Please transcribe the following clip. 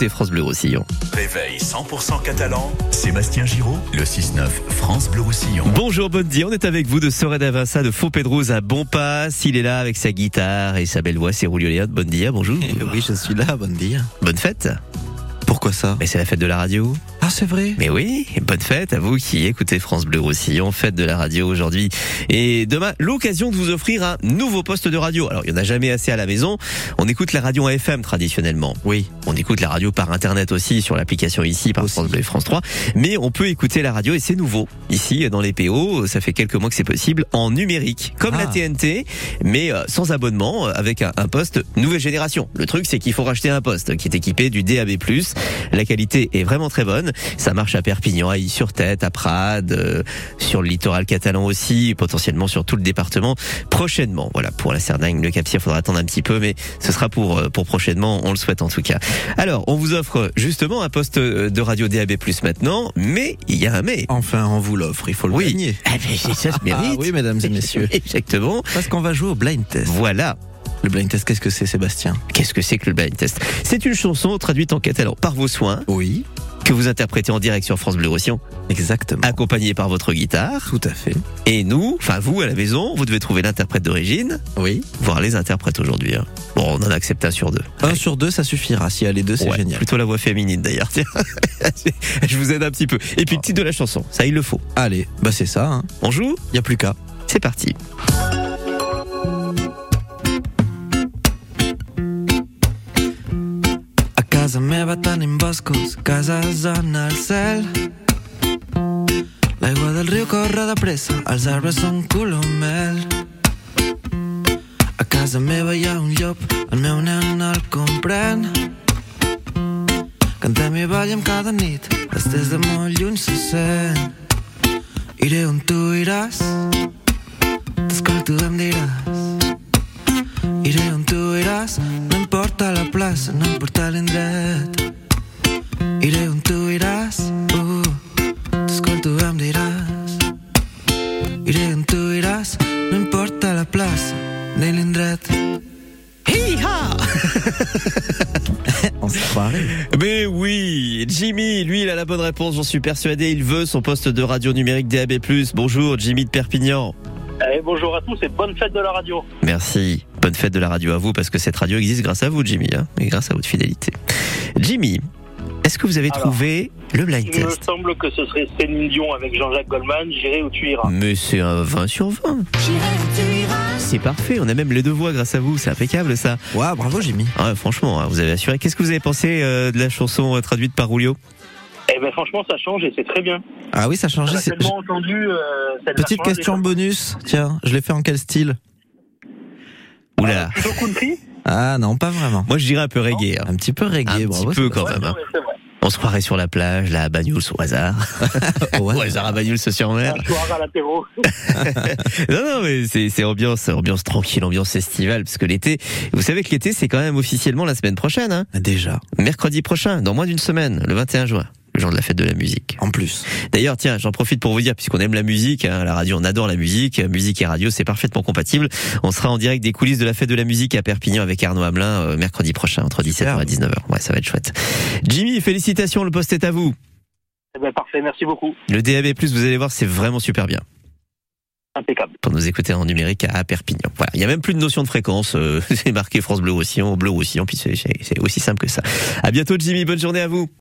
C'est France Bleu Roussillon. Réveil 100% catalan, Sébastien Giraud, le 6-9, France Bleu Roussillon. Bonjour, bonne on est avec vous de Soré d'Avinça de Faux Pedrouz à Bonpas. Il est là avec sa guitare et sa belle voix, c'est Roulio Léon. Bonne dia, bonjour. Eh Oui, je suis là, bonne dire. Bonne fête. Pourquoi ça Mais c'est la fête de la radio. Ah, c'est vrai Mais oui, bonne fête à vous qui écoutez France Bleu Roussillon, fête de la radio aujourd'hui. Et demain, l'occasion de vous offrir un nouveau poste de radio. Alors, il n'y en a jamais assez à la maison. On écoute la radio en FM traditionnellement. Oui. On écoute la radio par internet aussi sur l'application ici par France Bleu et France 3, mais on peut écouter la radio et c'est nouveau. Ici dans les PO, ça fait quelques mois que c'est possible en numérique, comme Ah. la TNT, mais euh, sans abonnement euh, avec un, un poste nouvelle génération. Le truc c'est qu'il faut racheter un poste qui est équipé du DAB+. La qualité est vraiment très bonne, ça marche à Perpignan, à Sur-Tête, à Prades, euh, sur le littoral catalan aussi, potentiellement sur tout le département prochainement. Voilà, pour la Cerdagne, le Capcir, faudra attendre un petit peu, mais ce sera pour, euh, pour prochainement, on le souhaite en tout cas. Alors, on vous offre justement un poste euh, de radio DAB+, maintenant, mais il y a un mais. Enfin, on vous l'offre, il faut le Oui. gagner. Ah, mais ça se Ah oui, mesdames et messieurs. Exactement. Parce qu'on va jouer au blind test. Voilà. Le blind test, qu'est-ce que c'est, Sébastien Qu'est-ce que c'est que le blind test C'est une chanson traduite en catalan par vos soins, Oui. que vous interprétez en direct sur France Bleu Roussillon, Exactement. accompagnée par votre guitare. Tout à fait. Et nous, enfin vous à la maison, vous devez trouver l'interprète d'origine, Oui. voire les interprètes aujourd'hui. hein. Bon, on en accepte un sur deux. Un sur deux, ça suffira. S'il y a les deux, c'est Ouais, génial. Plutôt la voix féminine d'ailleurs. Tiens, je vous aide un petit peu. Et puis le titre de la chanson, ça il le faut. Allez, bah c'est ça, hein. On joue Y a plus qu'à. C'est parti. A casa meva tenim boscos, cases en el cel. L'aigua del riu corre de pressa, els arbres són color mel. A casa meva hi ha un llop, el meu nen el comprèn. Cantem i ballem cada nit, des des de molt lluny se sent. Iré on tu iràs, t'escolto i em diràs. Iré on tu iràs, no importa la plaça, no importa l'indret. Iré on tu iràs, uh, t'escolto i em diràs. Iré on tu iràs, no importa la plaça, ni l'indret. On se croirait. Mais oui, Jimmy, lui, il a la bonne réponse, j'en suis persuadé. Il veut son poste de radio numérique DAB+. Bonjour, Jimmy de Perpignan. Eh, bonjour à tous et bonne fête de la radio. Merci. Bonne fête de la radio à vous, parce que cette radio existe grâce à vous, Jimmy, hein, et grâce à votre fidélité. Jimmy, est-ce que vous avez Alors, trouvé le blind Il me test semble que ce serait Céline Dion avec Jean-Jacques Goldman, j'irai où tu iras. Mais c'est un 20 sur 20. C'est parfait, on a même les deux voix grâce à vous, c'est impeccable ça. Waouh, bravo Jimmy. Ah, franchement, hein, vous avez assuré. Qu'est-ce que vous avez pensé euh, de la chanson euh, traduite par Rulio Eh ben franchement, ça change et c'est très bien. Ah oui, ça a On changé. a c'est- tellement entendu. euh, cette Petite version-là question bonus, tiens, je l'ai fait en quel style déjà. Oula. Euh, plutôt country Ah non, pas vraiment. Moi, je dirais un peu reggae. hein. Un petit peu Un reggae, bravo. petit peu quand Ouais, même. non, Ah. hein. mais c'est vrai. On se croirait sur la plage, là, à Bagnols, au hasard. Ouais. Au hasard à Bagnols sur mer. Un soir à l'apéro. Non, non, mais c'est c'est ambiance, ambiance tranquille, ambiance estivale, parce que l'été, vous savez que l'été, c'est quand même officiellement la semaine prochaine, hein. Ah, Déjà, Mercredi prochain, dans moins d'une semaine, le 21 juin. Le jour de la fête de la musique. en plus. D'ailleurs, tiens, j'en profite pour vous dire, puisqu'on aime la musique, hein, la radio, on adore la musique, euh, musique et radio, c'est parfaitement compatible. On sera en direct des coulisses de la fête de la musique à Perpignan avec Arnaud Hamelin euh, mercredi prochain entre 17h et 19h. Ouais, ça va être chouette. Jimmy, félicitations, le poste est à vous. Eh ben parfait, merci beaucoup. Le DAB+, vous allez voir, c'est vraiment super bien Impeccable. pour nous écouter en numérique à Perpignan. Voilà, il y a même plus de notion de fréquence, euh, c'est marqué France Bleu Roussillon, Bleu Roussillon, puis c'est- c'est c'est aussi simple que ça. À bientôt Jimmy, bonne journée à vous.